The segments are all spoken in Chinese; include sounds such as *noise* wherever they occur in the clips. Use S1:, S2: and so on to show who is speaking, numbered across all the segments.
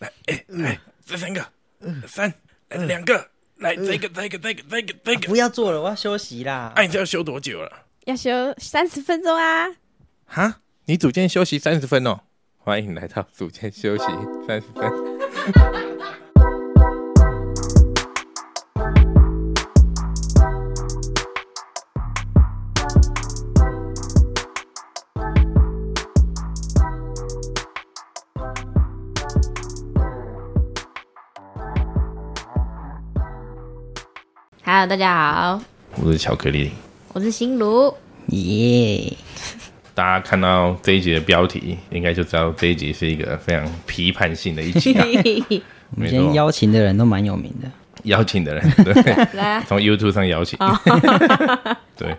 S1: 来，哎，来，这三个，三，来两个，来这个，这个，这个，这个，这
S2: 不
S1: 个。
S2: 要做了，我要休息啦。
S1: 哎，你这要休多久了？
S3: 要休三十分钟啊！
S1: 哈，你组间休息三十分哦。欢迎来到组间休息三十分。
S3: Hello，大家好，
S1: 我是巧克力。
S3: 我是心如。
S2: 耶，
S1: 大家看到这一集的标题，应该就知道这一集是一个非常批判性的一集、 *laughs* 啊。
S2: 我们
S1: 没
S2: 今天
S1: 错，
S2: 邀请的人都蛮有名的。
S1: 邀请的人，对，
S3: 来啊，
S1: *laughs* 从 YouTube 上邀请。 *laughs* 对，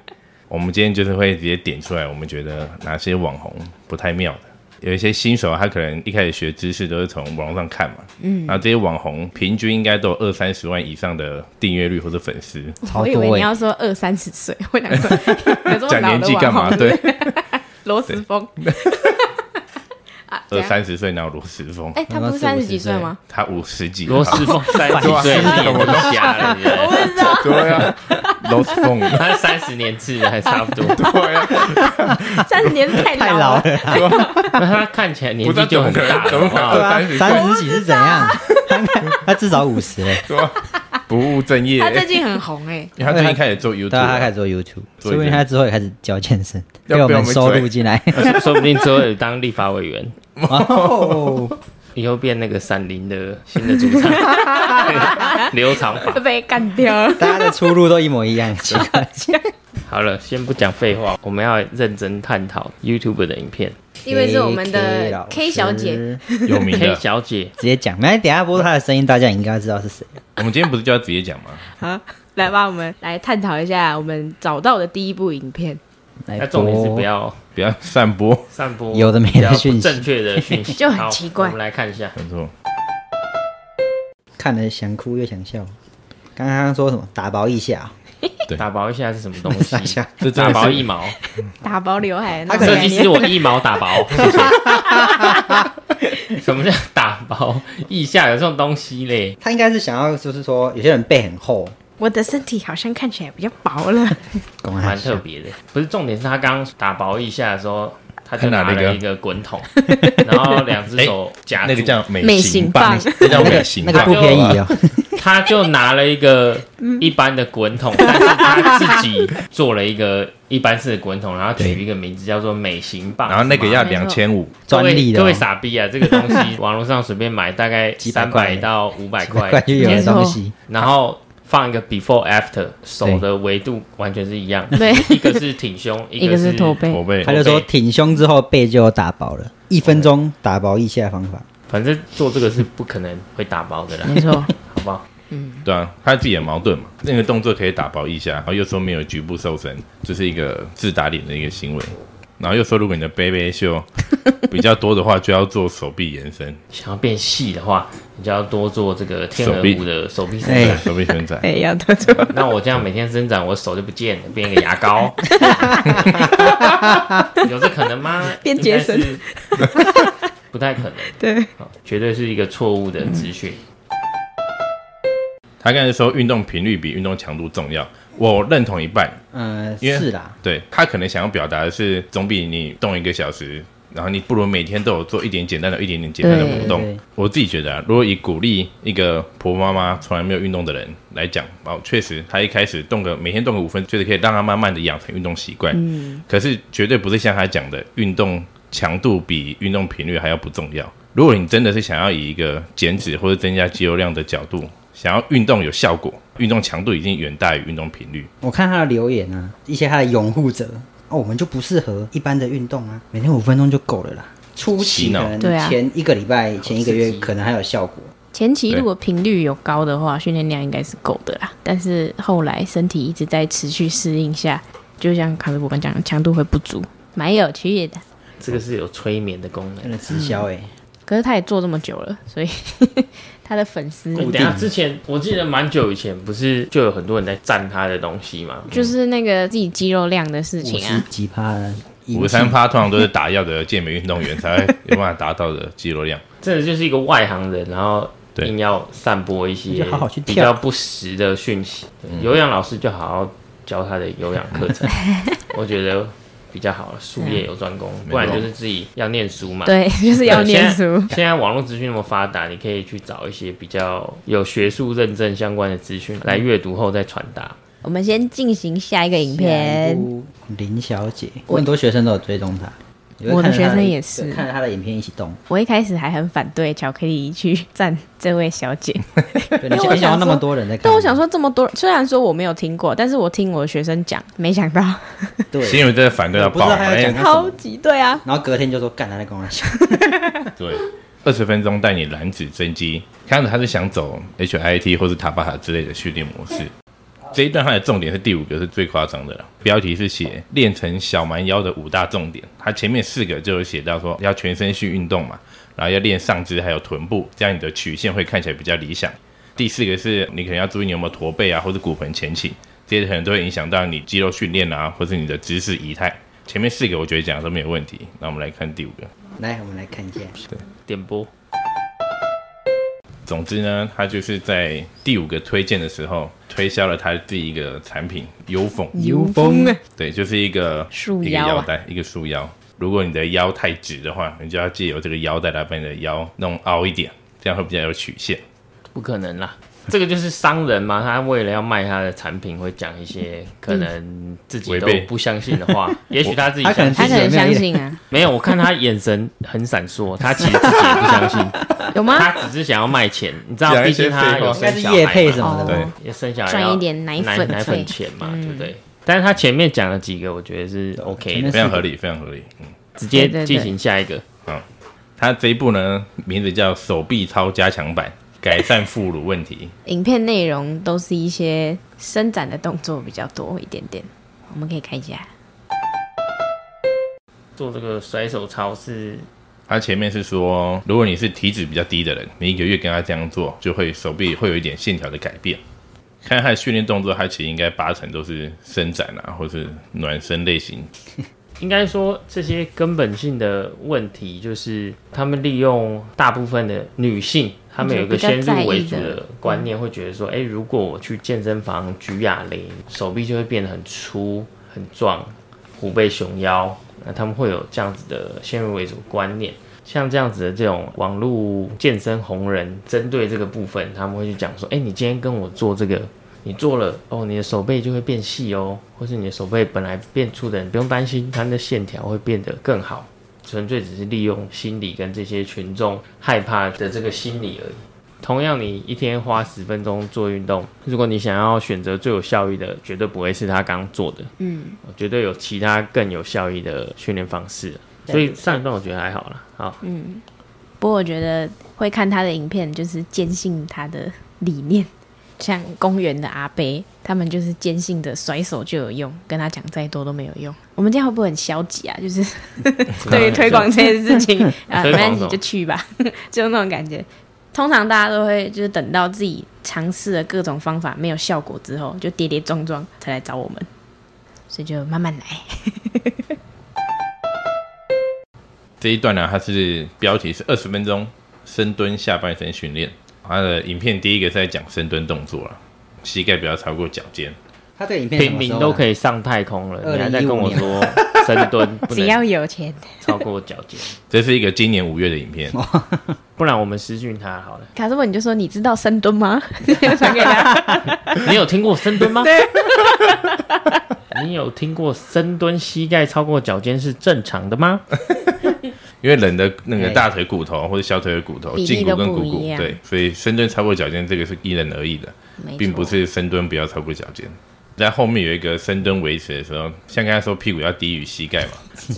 S1: 我们今天就是会直接点出来，我们觉得哪些网红不太妙的。有一些新手，他可能一开始学知识都是从网络上看嘛，嗯，然后这些网红平均应该都有二三十万以上的订阅率或者粉丝，
S2: 超
S3: 我以
S2: 多
S3: 为你
S2: 欸
S3: 要说二三十岁，我想说有这么
S1: 讲
S3: 老
S1: 年纪
S3: 的
S1: 干
S3: 网
S1: 嘛？
S3: 红，
S1: 对，
S3: *laughs* 罗时峰。啊，怎
S1: 二
S3: 样？
S1: 三十岁哪有罗斯风？
S3: 哎，他不是三十几岁吗？
S1: 他五十几，
S4: 罗斯凤三十岁，你也不瞎了，你
S3: 我不知道，
S1: 对啊，罗斯
S2: *laughs*
S1: 风，
S4: 啊他三十年次还差不多， *laughs*
S1: 对啊，
S3: 三十年太
S2: 太
S3: 老
S2: 老
S3: 了。
S2: 了，
S4: 那他看起来年
S1: 不知道
S4: 纪
S1: 怎
S4: 就
S1: 么
S4: 很
S1: 可
S4: 大
S1: 能，
S4: 了，
S1: 怎么可能
S4: 好不
S1: 二
S4: 好
S3: 啊
S1: 三十岁？
S2: 三十几是怎
S3: *laughs*
S2: 样？他至少五十嘞，
S1: 对啊，不务正业
S3: 他。最近很红哎，
S1: 因为他最近开始做 YouTube，
S2: 对啊，他开
S1: 啊
S2: 始做 YouTube，
S1: 做
S2: 说不定
S1: YouTube
S2: 他之后也开始教健身，
S1: 要
S2: 被我
S1: 被我
S2: 们
S1: 们
S2: 收
S1: 追
S2: 录进来。
S4: *laughs* 说说不定之后有当立法委员，
S2: 哦，
S4: 以后变那个闪灵的新的主唱，
S2: *laughs*
S4: 留长发。
S3: 被干掉了。
S2: 大家的出路都一模一样，奇怪。
S4: 好了，先不讲废话，我们要认真探讨 YouTube 的影片。
S3: *laughs* 因为是我们
S2: K
S3: 的
S2: 老
S3: K 小姐，
S2: 师
S1: 有名
S4: K
S1: 的。
S4: 小姐，
S2: 直接讲，没关系等一下播出他的声音，大家应该知道是谁。
S1: 我们今天不是就要直接讲吗？
S3: 好，来吧，我们来探讨一下我们找到的第一部影片，
S2: 来
S4: 那哎重点是
S2: 播
S4: 不要
S1: 不要散播，
S4: 散播
S2: 有的没的
S4: 比较
S2: 讯息
S4: 正确的讯息
S3: *laughs* 就很
S4: 好
S3: 奇怪
S4: 我们来看一下，
S1: 没错。
S2: 看了想哭又想笑。刚刚说什么？打薄一下，
S1: 对
S4: 打薄一下是什么东
S2: *laughs* 打一
S4: 西
S2: 下？
S1: 这真
S4: 打
S1: 的
S4: 薄
S1: 是
S4: 一毛，
S3: 打包刘海的那
S2: 他可
S3: 种
S2: 能
S4: 设
S3: 概
S4: 计师，
S3: 念。
S2: *laughs*
S4: 我一毛打薄。什么叫打薄？腋下有这种东西嘞？
S2: 他应该是想要，就是说有些人背很厚，
S3: 我的身体好像看起来比较薄了。
S2: 公
S4: 蛮
S2: 开
S4: 特别的。不是重点是他刚打薄腋下的时候，他就拿
S1: 他拿了
S4: 了
S1: 一
S4: 一个滚筒，然后两只手夹住
S1: 哎那个叫美
S3: 美
S1: 型
S3: 型
S1: 棒
S3: 棒，
S1: *laughs* 那叫
S2: 那
S1: 美
S2: 个
S1: 型
S2: 那个
S1: 棒
S2: 不。便宜
S1: 啊
S2: 哦，
S4: 他就拿了一个一般的滚筒，但是他自己做了一个一般式的滚筒，然后取一个名字叫做美型棒。
S1: *laughs* 然后那个要
S3: 没
S1: 两
S3: 错
S1: 千五，
S2: *laughs* 专利的
S4: 各
S2: 哦
S4: 位，傻逼啊！这个东西网络上随便买，大概
S2: 几百
S4: 三
S2: 块
S4: 百到五百块
S2: 怪就有的东西，
S4: 然后放一个 before after，手的维度完全是一样，
S3: 对，
S4: *laughs* 一个是挺胸，
S3: *laughs* 一
S4: 个
S3: 个是驼，
S1: 我
S3: 背，
S1: 被
S2: 他就说挺胸之后背就有打薄了，一分钟打薄腋下的方法。
S4: 反正做这个是不可能会打包的啦，
S3: 没错。
S4: 好不好？
S1: 对啊，他自己的矛盾嘛。那个动作可以打薄一下，然后又说没有局部瘦身，就是一个自打脸的一个行为。然后又说，如果你的背背袖比较多的话，就要做手臂延伸、
S4: 想要变细的话，你就要多做这个天鹅
S1: 手臂
S4: 舞的手臂伸
S2: 哎
S4: 展。
S1: 手臂伸展。
S3: 哎呀，他说
S4: 那我这样每天伸展，我手就不见了，变一个牙 *laughs* 膏。有这可能吗？
S3: 变杰森
S4: 应该是， *laughs* 不太可能，
S3: *laughs* 对，
S4: 好绝对是一个错误的资讯。
S1: 他刚才说运动频率比运动强度重要，我认同一半。
S2: 嗯，
S1: 因为
S2: 是啦，
S1: 对他可能想要表达的是，总比你动一个小时，然后你不如每天都有做一点简单的、一点点简单的活
S2: 对对
S1: 动
S2: 对。
S1: 我自己觉得啊，如果以鼓励一个婆婆妈妈从来没有运动的人来讲，哦，确实她一开始动个每天动个五分，确实可以让她慢慢的养成运动习惯。嗯，可是绝对不是像她讲的运动强度比运动频率还要不重要。如果你真的是想要以一个减脂或者增加肌肉量的角度，想要运动有效果，运动强度已经远大于运动频率。
S2: 我看他的留言啊，一些他的拥护者，哦，我们就不适合一般的运动啊，每天五分钟就够了啦。初
S1: 洗
S2: 期
S1: 脑哦
S2: 可能
S3: 对啊
S2: 前一个礼拜、前一个
S4: 刺
S2: 月
S4: 激
S2: 可能还有效果，
S3: 前期如果频率有高的话，训练量应该是够的啦。但是后来身体一直在持续适应下，就像卡斯伯刚讲的，强度会不足，蛮有趣的。
S4: 这个是有催眠的功
S2: 真
S4: 能。
S2: 的直销哎、
S3: 可是他也做这么久了，所以 *laughs* 他的粉丝
S4: 等一下之前我记得蛮久以前，不是就有很多人在赞他的东西吗？
S3: 就是那个自己肌肉量的事
S2: 五
S3: 情
S2: 十
S3: 啊，
S2: 几趴，引
S1: 嗯五
S2: 起
S1: 三趴通常都是打药的健美运动员才会有办法达到的肌肉量。
S4: 真的就是一个外行人，然后
S1: 对
S4: 硬要散播一些
S2: 就好好去
S4: 比
S2: 跳
S4: 较不实的讯息。有氧老师就好好教他的有氧课
S2: *laughs*
S4: 程，我觉得比较好，术业有专攻，不然就是自己要念书嘛。
S3: 对，就是要念书
S4: 现。在现在网络资讯那么发达，你可以去找一些比较有学术认证相关的资讯来阅读后再传达。
S3: 我们先进行下一个影
S2: 下一
S3: 片，
S2: 部林小姐，我很多学生都有追踪她。有
S3: 我的
S2: 看着她
S3: 学生也是
S2: 对看着她的影片一起动，
S3: 我一开始还很反对巧克力去赞这位小
S2: *laughs*
S3: 姐，
S2: 对你想
S3: 因为我
S2: 没想到
S3: 想
S2: 那么
S3: 说
S2: 多人在看，
S3: 但我想，说这么多，虽然说我没有听过，但是我听我的学生讲，没想到
S2: 对，
S1: 新闻真的反对到
S2: 我不知
S1: 爆，
S2: 道他要讲
S1: 哎
S2: 她什
S3: *laughs* 超
S2: 么，
S3: 级对啊，
S2: 然后隔天就说干他在跟我讲， *laughs*
S1: 对，二十分钟带你燃脂增肌，看着他是想走 HIT 或是塔巴塔之类的训练模式。这一段它的重点是第五个，是最夸张的了。标题是写练成小蛮腰的五大重点，它前面四个就有写到说要全身去运动嘛，然后要练上肢还有臀部，这样你的曲线会看起来比较理想。第四个是你可能要注意你有没有驼背啊，或者骨盆前倾，这些可能都会影响到你肌肉训练啊，或是你的姿势仪态。前面四个我觉得讲的都没有问题，那我们来看第五个。
S2: 来我们来看一下，
S4: 点播，
S1: 总之呢，他就是在第五个推荐的时候推销了他自己一个产品油缝，
S3: 油封啊，
S1: 对，就是一个
S3: 束
S1: 一个
S3: 腰啊
S1: 腰带，一个束腰。如果你的腰太直的话，你就要借由这个腰带来把你的腰弄凹一点，这样会比较有曲线。
S4: 不可能啦。这个就是商人嘛，他为了要卖他的产品，会讲一些可能自己
S1: 违
S4: 都
S1: 背
S4: 不相信的话。也许他自己
S2: 他可能
S4: 相信
S3: 他可能相信
S4: *laughs*
S3: 啊，
S4: 没有，我看他眼神很闪烁，他其实自己也不相信，
S3: 有吗？
S4: 他只是想要卖钱，你知道，
S1: 讲一
S4: 毕
S1: 些
S4: 竟他
S1: 废话
S4: 有
S2: 应该
S4: 生
S2: 是
S4: 小
S2: 夜
S4: 孩
S2: 配
S4: 嘛
S2: 什么
S3: 哦
S2: 的吧，
S1: 对
S4: 也生小孩
S3: 赚
S4: 要
S3: 一点奶粉
S4: 奶
S3: 费
S4: 粉钱嘛，对不对？但是他前面讲了几个，我觉得是 OK
S2: 前
S4: 的
S2: 面，
S1: 非常合理，非常合理。嗯，
S4: 直接
S3: 对对对
S4: 进行下一个。
S1: 他这一步呢，名字叫手臂操加强版，改善副乳问题。
S3: 影片内容都是一些伸展的动作比较多一点点，我们可以看一下。
S4: 做这个甩手操是
S1: 他前面是说，如果你是体脂比较低的人，你一个月跟他这样做，就会手臂会有一点线条的改变。看他的训练动作，他其实应该八成都是伸展啊，或是暖身类型。
S4: 应该说这些根本性的问题，就是他们利用大部分的女性，他们有一个先入为主的观念，会觉得说，哎、如果我去健身房举哑铃，手臂就会变得很粗、很壮，虎背熊腰。那他们会有这样子的先入为主观念。像这样子的这种网络健身红人，针对这个部分，他们会去讲说，哎、你今天跟我做这个，你做了哦，你的手背就会变细哦，或是你的手背本来变粗的人，你不用担心，它的线条会变得更好。纯粹只是利用心理跟这些群众害怕的这个心理而已。同样，你一天花十分钟做运动，如果你想要选择最有效益的，绝对不会是他刚做的，
S3: 嗯，
S4: 绝对有其他更有效益的训练方式。所以上一段我觉得还好啦，好，
S3: 不过我觉得会看他的影片，就是坚信他的理念。 *laughs* 像公园的阿伯，他们就是坚信的甩手就有用，跟他讲再多都没有用。我们这样会不会很消极啊？
S4: *laughs*
S3: 就是对于推广这件事情，啊，没
S4: 推广什
S3: 关
S4: 么
S3: 系就去吧， *laughs* 就那种感觉。通常大家都会就是等到自己尝试了各种方法没有效果之后，就跌跌撞撞才来找我们，所以就慢慢来。
S1: 这一段呢，它是标题是二十分钟深蹲下半身训练。它的影片第一个是在讲深蹲动作了，膝盖不要超过脚尖。
S2: 他这个影片什
S4: 平
S2: 么时
S4: 民
S2: 候啊
S4: 都
S2: 以，
S4: 可以上太空了，
S2: 2015
S4: 你还在跟我说深蹲不
S3: 只
S2: *laughs*
S4: 能
S3: 要有钱，
S4: 超过脚尖，
S1: 这是一个今年五月的影片，
S3: 哦
S4: 不然我们私讯他好了。
S3: 卡斯伯你就说你知道深蹲吗？ *laughs* 传给他。
S4: *laughs* 你有听过深蹲吗？你有听过深蹲膝盖超过脚尖是正常的吗？
S1: 因为人的那个
S2: 对
S1: 大腿骨头或者小腿的骨头、
S3: 比
S1: 胫
S3: 例
S1: 骨
S3: 都
S1: 跟
S3: 不
S1: 股
S3: 一
S1: 骨，
S3: 样
S1: 对，所以深蹲超过脚尖这个是因人而异的。
S3: 没错
S1: 并不是深蹲不要超过脚尖。在后面有一个深蹲维持的时候，像刚才说屁股要低于膝盖嘛，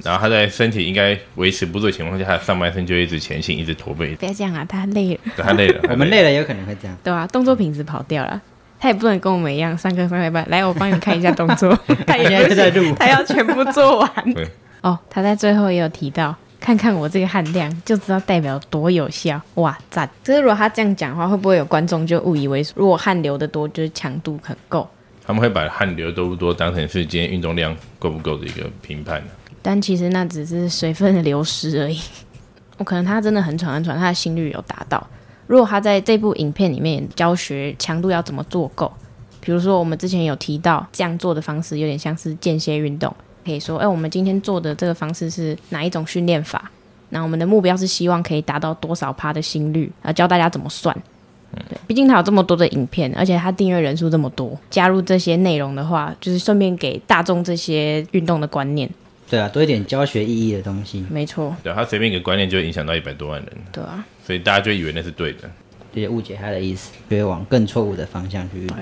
S1: 然后他在身体应该维持不住的情况下，他的上半身就会一直前倾，一直驼背，
S3: 不要这样啊，他累了，
S1: 他累了，
S2: *laughs* 我们累了也有可能会这样，
S3: 对啊，动作品质跑掉了。他也不能跟我们一样上课上到一半，来我帮你看一下动 *laughs* 作，他也
S2: 现在
S3: 不
S2: 就在
S3: 是，
S2: 录，
S3: 他要全部做完
S1: 对。
S3: 哦，他在最后也有提到，看看我这个汗量就知道代表多有效，哇赞！就是如果他这样讲的话，会不会有观众就误以为，如果汗流的多，就是强度很够？
S1: 他们会把汗流多不多当成是今天运动量够不够的一个评判。
S3: 但其实那只是水分的流失而已。 *laughs* 我可能他真的很喘很喘，他的心率有达到。如果他在这部影片里面教学强度要怎么做够，比如说我们之前有提到这样做的方式有点像是间歇运动，可以说，哎、我们今天做的这个方式是哪一种训练法？那我们的目标是希望可以达到多少趴的心率啊？教大家怎么算。对，毕竟他有这么多的影片，而且他订阅人数这么多，加入这些内容的话，就是顺便给大众这些运动的观念。
S2: 对啊，多一点教学意义的东西，
S3: 没错，
S1: 对，他随便一个观念就会影响到一百多万人，
S3: 对啊。
S1: 所以大家就以为那是对的。
S2: 也误解他的意思，就会往更错误的方向去运动。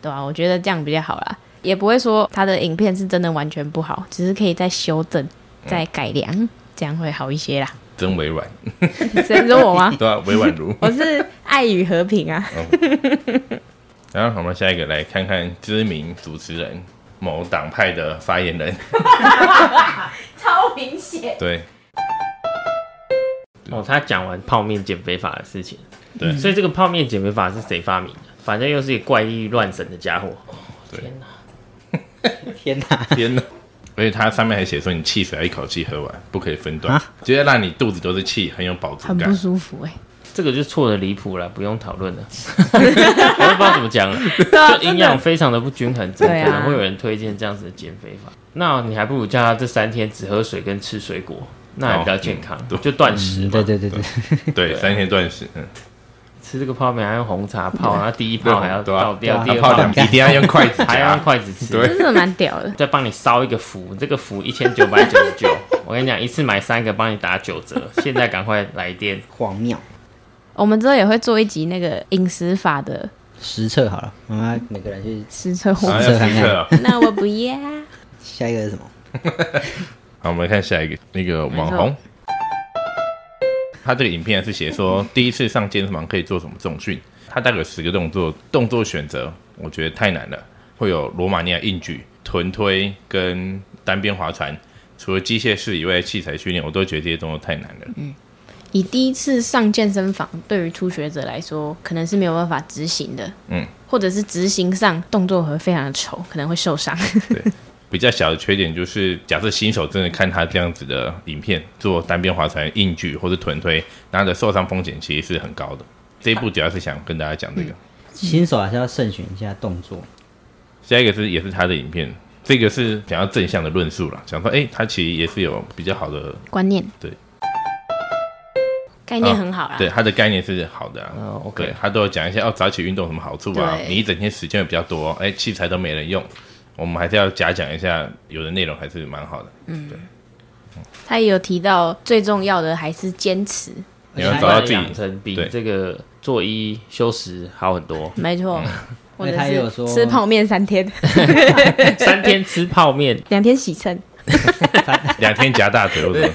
S3: 对啊，我觉得这样比较好啦，也不会说他的影片是真的完全不好，只是可以再修正、再改良，这样会好一些啦。
S1: 真委婉，？
S3: 谁说我吗
S1: 对啊，委婉如。 *laughs*
S3: 我是爱与和平啊，
S1: 然后我们下一个来看看知名主持人某党派的发言人，
S3: 超明显。
S1: 对
S4: 哦，他讲完泡面减肥法的事情，
S1: 对
S4: 所以这个泡面减肥法是谁发明的？反正又是一个怪力乱神的家伙。
S1: 对，
S2: 天哪，
S1: 天哪！而且它上面还写说，你气水要一口气喝完，不可以分段
S2: 啊，
S1: 就要让你肚子都是气，很有饱足
S3: 很不
S1: 感。
S3: 舒 *laughs* 服哎、
S4: 这个就错的离谱了，不用讨论了。我都不知道怎么讲了，就营养非常的不均衡，怎么
S3: 对啊
S4: 可能会有人推荐这样子的减肥法？那你还不如叫他这三天只喝水跟吃水果，那还比较健康，就断食
S2: 嗯
S4: 嘛。
S2: 对对对对，
S1: 对，三天断食，嗯，
S4: 吃这个泡面还用红茶泡，然后第一泡还要
S1: 对啊
S4: 倒掉，
S1: 它
S4: 第二
S1: 泡
S4: 泡
S1: 两一定要用筷子
S4: 还要
S1: 夹
S4: 用，筷子吃。
S1: 对
S3: 这真的蛮屌的。
S4: 再帮你烧一个符，这个符一千九百九十九，我跟你讲，一次买三个，帮你打九折。现在赶快来电，
S2: 荒谬，
S3: 我们之后也会做一集那个饮食法的
S2: 实测好了，我们要每个人去。
S3: 实测活
S1: 然后
S2: 啊
S1: 要
S2: 试看
S1: 吃
S2: 看
S1: 克哦。
S3: *laughs* 那我不要。
S2: 下一个是什么？
S1: 好，我们来看下一个那个网
S3: 没
S1: 红，他这个影片是写说第一次上健身房可以做什么重训，他大概有十个动作，动作选择我觉得太难了，会有罗马尼亚硬举、臀推跟单边划船。除了机械式以外，器材训练我都觉得这些动作太难了。
S3: 以第一次上健身房，对于初学者来说，可能是没有办法执行的。
S1: 嗯，
S3: 或者是执行上动作会非常的丑，可能会受伤。
S1: 比较小的缺点就是，假设新手真的看他这样子的影片做单边划船、硬举或是臀推，那他的受伤风险其实是很高的。这一步主要是想跟大家讲这个。
S2: 新手还是要慎选一下动作，
S1: 下一个是也是他的影片，这个是想要正向的论述啦，想说，哎、他其实也是有比较好的，
S3: 观念
S1: 对，
S3: 概念很好
S4: 啊
S3: 啦。
S1: 对他的概念是好的、啊。
S4: 哦，OK
S1: 对他都有讲一些哦，早起运动有什么好处啊？
S3: 对
S1: 你一整天时间也比较多，哎、器材都没人用，我们还是要假讲一下，有的内容还是蛮好的。
S3: 他也有提到，最重要的还是坚持。。
S1: 你要
S2: 而且
S1: 找到自己
S4: 养成比
S1: 对
S4: 这个做一休十好很多
S3: 没错，
S4: 嗯
S3: *laughs* 或
S2: 因为他也有
S3: 者
S2: 说
S3: 是吃泡面
S2: *laughs*
S3: 三天，
S4: 三天吃泡面，
S3: 两天洗肾。
S1: 两天夹大腿，或者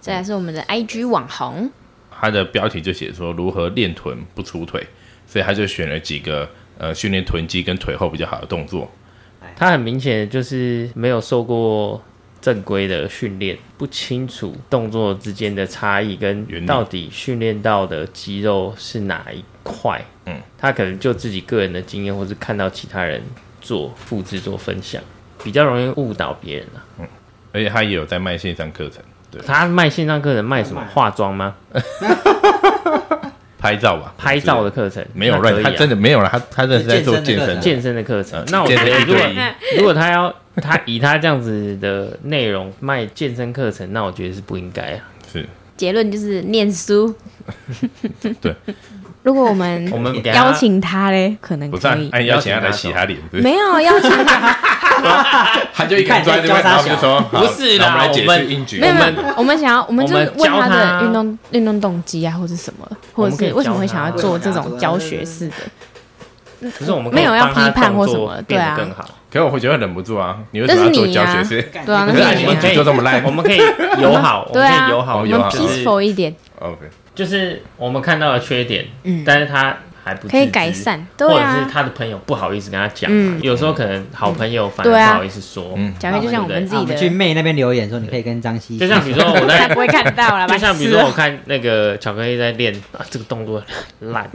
S3: 再来是我们的 IG 网红，
S1: 他的标题就写说如何练臀不出腿，所以他就选了几个呃训练臀肌跟腿后比较好的动作。
S4: 他很明显就是没有受过正规的训练，不清楚动作之间的差异跟
S1: 原理
S4: 到底训练到的肌肉是哪一块。
S1: 嗯，
S4: 他可能就自己个人的经验，或是看到其他人做复制做分享，比较容易误导别人啊。
S1: 而且他也有在卖线上课程，对，
S4: 他卖线上课程卖什么化妆吗？
S1: 拍照啊吧，
S4: 拍照的课程
S1: 没有
S4: 那可
S1: 乱，
S4: 以
S1: 他
S4: 啊
S1: 真的没有了，他他真的是在做健
S2: 健身的
S1: 身
S2: 课程
S4: 健身的课程
S1: 嗯。
S4: 那我觉
S1: 健身一
S4: 得，如果哎
S1: 对
S4: 如果他要他以他这样子的内容卖健身课程，那我觉得是不应该啊。
S1: 是。
S3: 结论就是念
S4: *laughs*
S3: 书
S1: 对，
S3: 如果我们
S4: 我们给他
S3: 邀请他嘞，可能
S1: 不是、啊
S3: 可以。？
S1: 哎，邀请他来洗他脸，不是
S3: 没有邀请他，
S1: 他就一个人坐在那边，
S2: 你
S1: 然
S2: 看
S1: 后我们就说
S4: 不是啦
S1: 好那我们来解
S4: 我
S1: 释
S4: 们
S1: 英举
S3: 没。有没有，我们
S4: *laughs*
S3: 想要，我们就是问
S4: 我们教
S3: 他
S4: 他
S3: 的运动运动动机啊，或者什么，或者
S4: 我们可以
S3: 是
S4: 教
S3: 为
S4: 他啊
S3: 什么会想要做这种教学式的，
S4: 可是我们可
S3: 没
S4: 以
S3: 有要
S4: 帮
S3: 批
S4: 他
S3: 判或
S4: 动作
S3: 什么对
S4: 变
S3: 啊
S4: 得更好。
S1: 可是我会觉得忍不住啊，你为什么要做教学是？
S3: 对啊，那
S1: 是
S4: 可是
S1: 啊
S3: 是
S1: 你
S4: 我
S3: 你
S4: 们
S3: 啊
S4: 可以
S1: 就这么烂
S4: 我
S3: *laughs*
S4: 们可以友好，我
S3: 对
S4: 们可
S3: 啊，
S4: 以友
S3: 我
S4: 好，
S1: 哦友
S3: 们
S1: 好
S4: 就是
S3: peaceful 一点，
S1: OK，
S4: 就是我们看到的缺点，但是他还
S3: 嗯
S4: 不
S3: 可以
S4: 自知
S3: 改善对
S4: 或者
S3: 啊
S4: 是他的朋友不好意思跟他讲啊
S3: 嗯，
S4: 有时候可能好朋友反而
S3: 对啊
S4: 不好意思说，
S1: 嗯
S3: 讲的就像我们自
S2: 啊我
S3: 己
S2: 们去
S3: 的，
S2: 妹那边留言说，你可以跟张希，
S4: 就像比如说啊
S3: *laughs*
S4: 我
S3: 他
S4: 在
S3: 不会看到啦，
S4: 就像
S3: 白
S4: 比
S3: 痴
S4: 如说，
S3: 哦
S4: 啊我看那个巧克力在练、啊、这个动作很烂，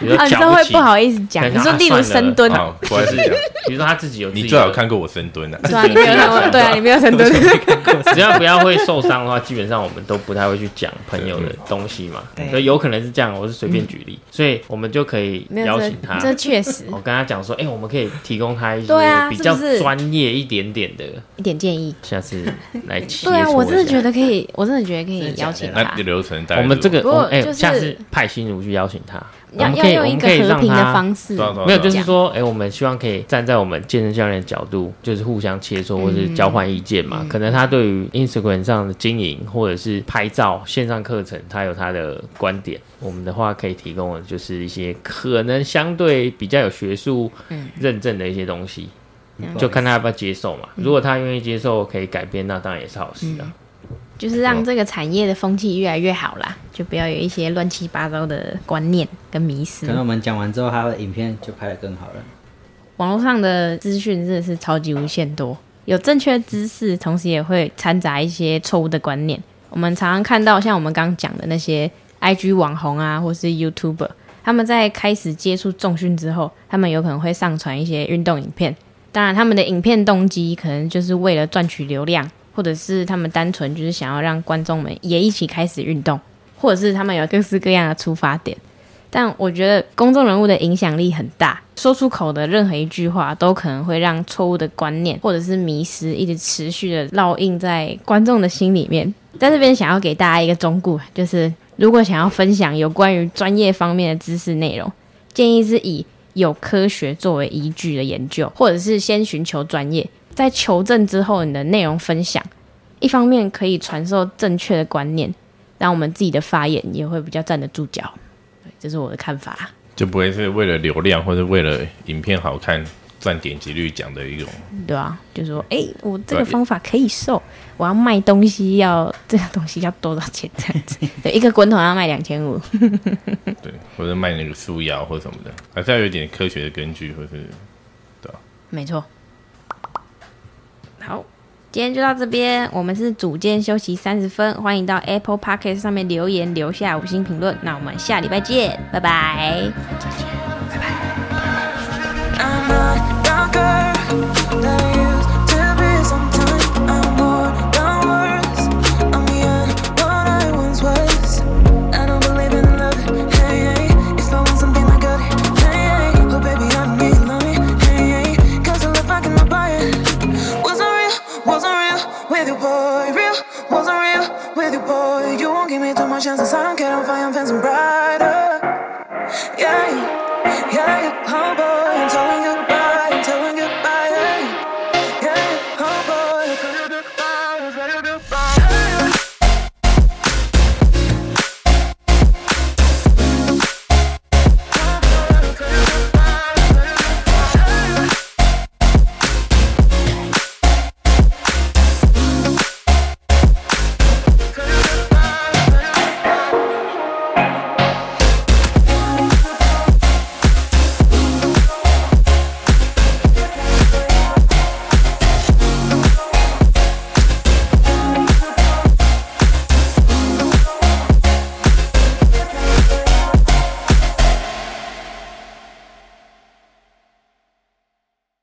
S4: 比如
S3: *laughs* 啊，
S4: 说
S3: 你知
S4: 脚
S3: 道会
S4: 起
S3: 不，好意思讲，
S4: 可
S3: 你
S4: 能
S3: 说
S4: 啊
S3: 例如
S4: 算了
S3: 深蹲，
S4: *laughs*
S1: 好，不好意思讲，
S4: 比如说他自己有自己
S1: 你
S4: 的
S1: 最好看过我深蹲啊，
S3: 对啊，你没有看过，对啊，你没有深蹲，
S4: *laughs* 只要不要会受伤的话，基本上我们都不太会去讲朋友的东西嘛。
S2: 对
S4: 所以有可能是这样，我是随便举例，所以我们就可以
S3: 嗯 *laughs* 没
S4: *laughs* 邀
S3: 有
S4: 请他
S3: 这。这确实
S4: 我跟他讲说，哎、我们可以提供他一些
S3: 对啊
S4: 比较
S3: 是不是
S4: 专业一点点的，
S3: 一点建
S4: *laughs*
S3: 议。
S4: 下次来切
S3: *laughs*
S4: 磋
S3: 对啊，我真的
S4: 一下
S3: 觉得可
S4: *laughs*
S3: 以，我真的觉得可以
S2: 真的假的
S3: 邀请
S1: 那
S3: 他，
S1: 流程大概
S4: 我
S1: 是
S4: 们这个，
S3: 不
S4: 我
S3: 过
S4: 们哎、
S3: 就是
S4: 下次派新如去邀请他，我
S3: 要
S4: 们
S3: 要
S4: 可以，我
S3: 用一
S4: 们
S3: 个
S4: 可以
S3: 和
S4: 让
S3: 平的
S4: 他。
S3: 方式
S1: 对。啊对啊
S4: 没有，就
S1: 对
S4: 是
S1: 啊
S4: 说，哎、我们希望可以站在我们健身教练的角度，就是互相切磋或是交换意见嘛。可能他对于 Instagram 上的经营或者是拍照、线上课程，他有他的观点。我们的话可以提供的就是一些可能相对比较有学术认证的一些东西，就看他要不要接受嘛。如果他愿意接受，可以改变，那当然也是好事啊。
S3: 就是让这个产业的风气越来越好啦，就不要有一些乱七八糟的观念跟迷
S2: 可
S3: 失。
S2: 能我们讲完之后，他的影片就拍得更好了。
S3: 网络上的资讯真的是超级无限多，有正确知识，同时也会掺杂一些错误的观念。我们常常看到，像我们刚刚讲的那些 IG 网红啊，或是 YouTuber，他们在开始接触重训之后，他们有可能会上传一些运动影片。当然，他们的影片动机可能就是为了赚取流量，或者是他们单纯就是想要让观众们也一起开始运动，或者是他们有各式各样的出发点。但我觉得公众人物的影响力很大，说出口的任何一句话都可能会让错误的观念或者是迷失一直持续的烙印在观众的心里面。在这边想要给大家一个忠告，就是如果想要分享有关于专业方面的知识内容，建议是以有科学作为依据的研究，或者是先寻求专业，在求证之后，你的内容分享，一方面可以传授正确的观念，让我们自己的发言也会比较站得住脚。这是我的看法。
S1: 就不会是为了流量或者为了影片好看占点击率讲的一种，
S3: 对啊，就说哎、诶我这
S1: 对
S3: 个方法可以瘦，我要卖东西要这个东西要多少钱这样 *laughs* 子？对，一个滚筒要卖两千五，
S1: 对，或者卖那个素药或什么的，还是要有一点科学的根据，或是
S3: 没错。好，今天就到这边，我们是组间休息三十分，欢迎到 Apple p o c a s t 上面留言留下五星评论，那我们下礼拜见，拜拜。
S5: I'm a younger lady.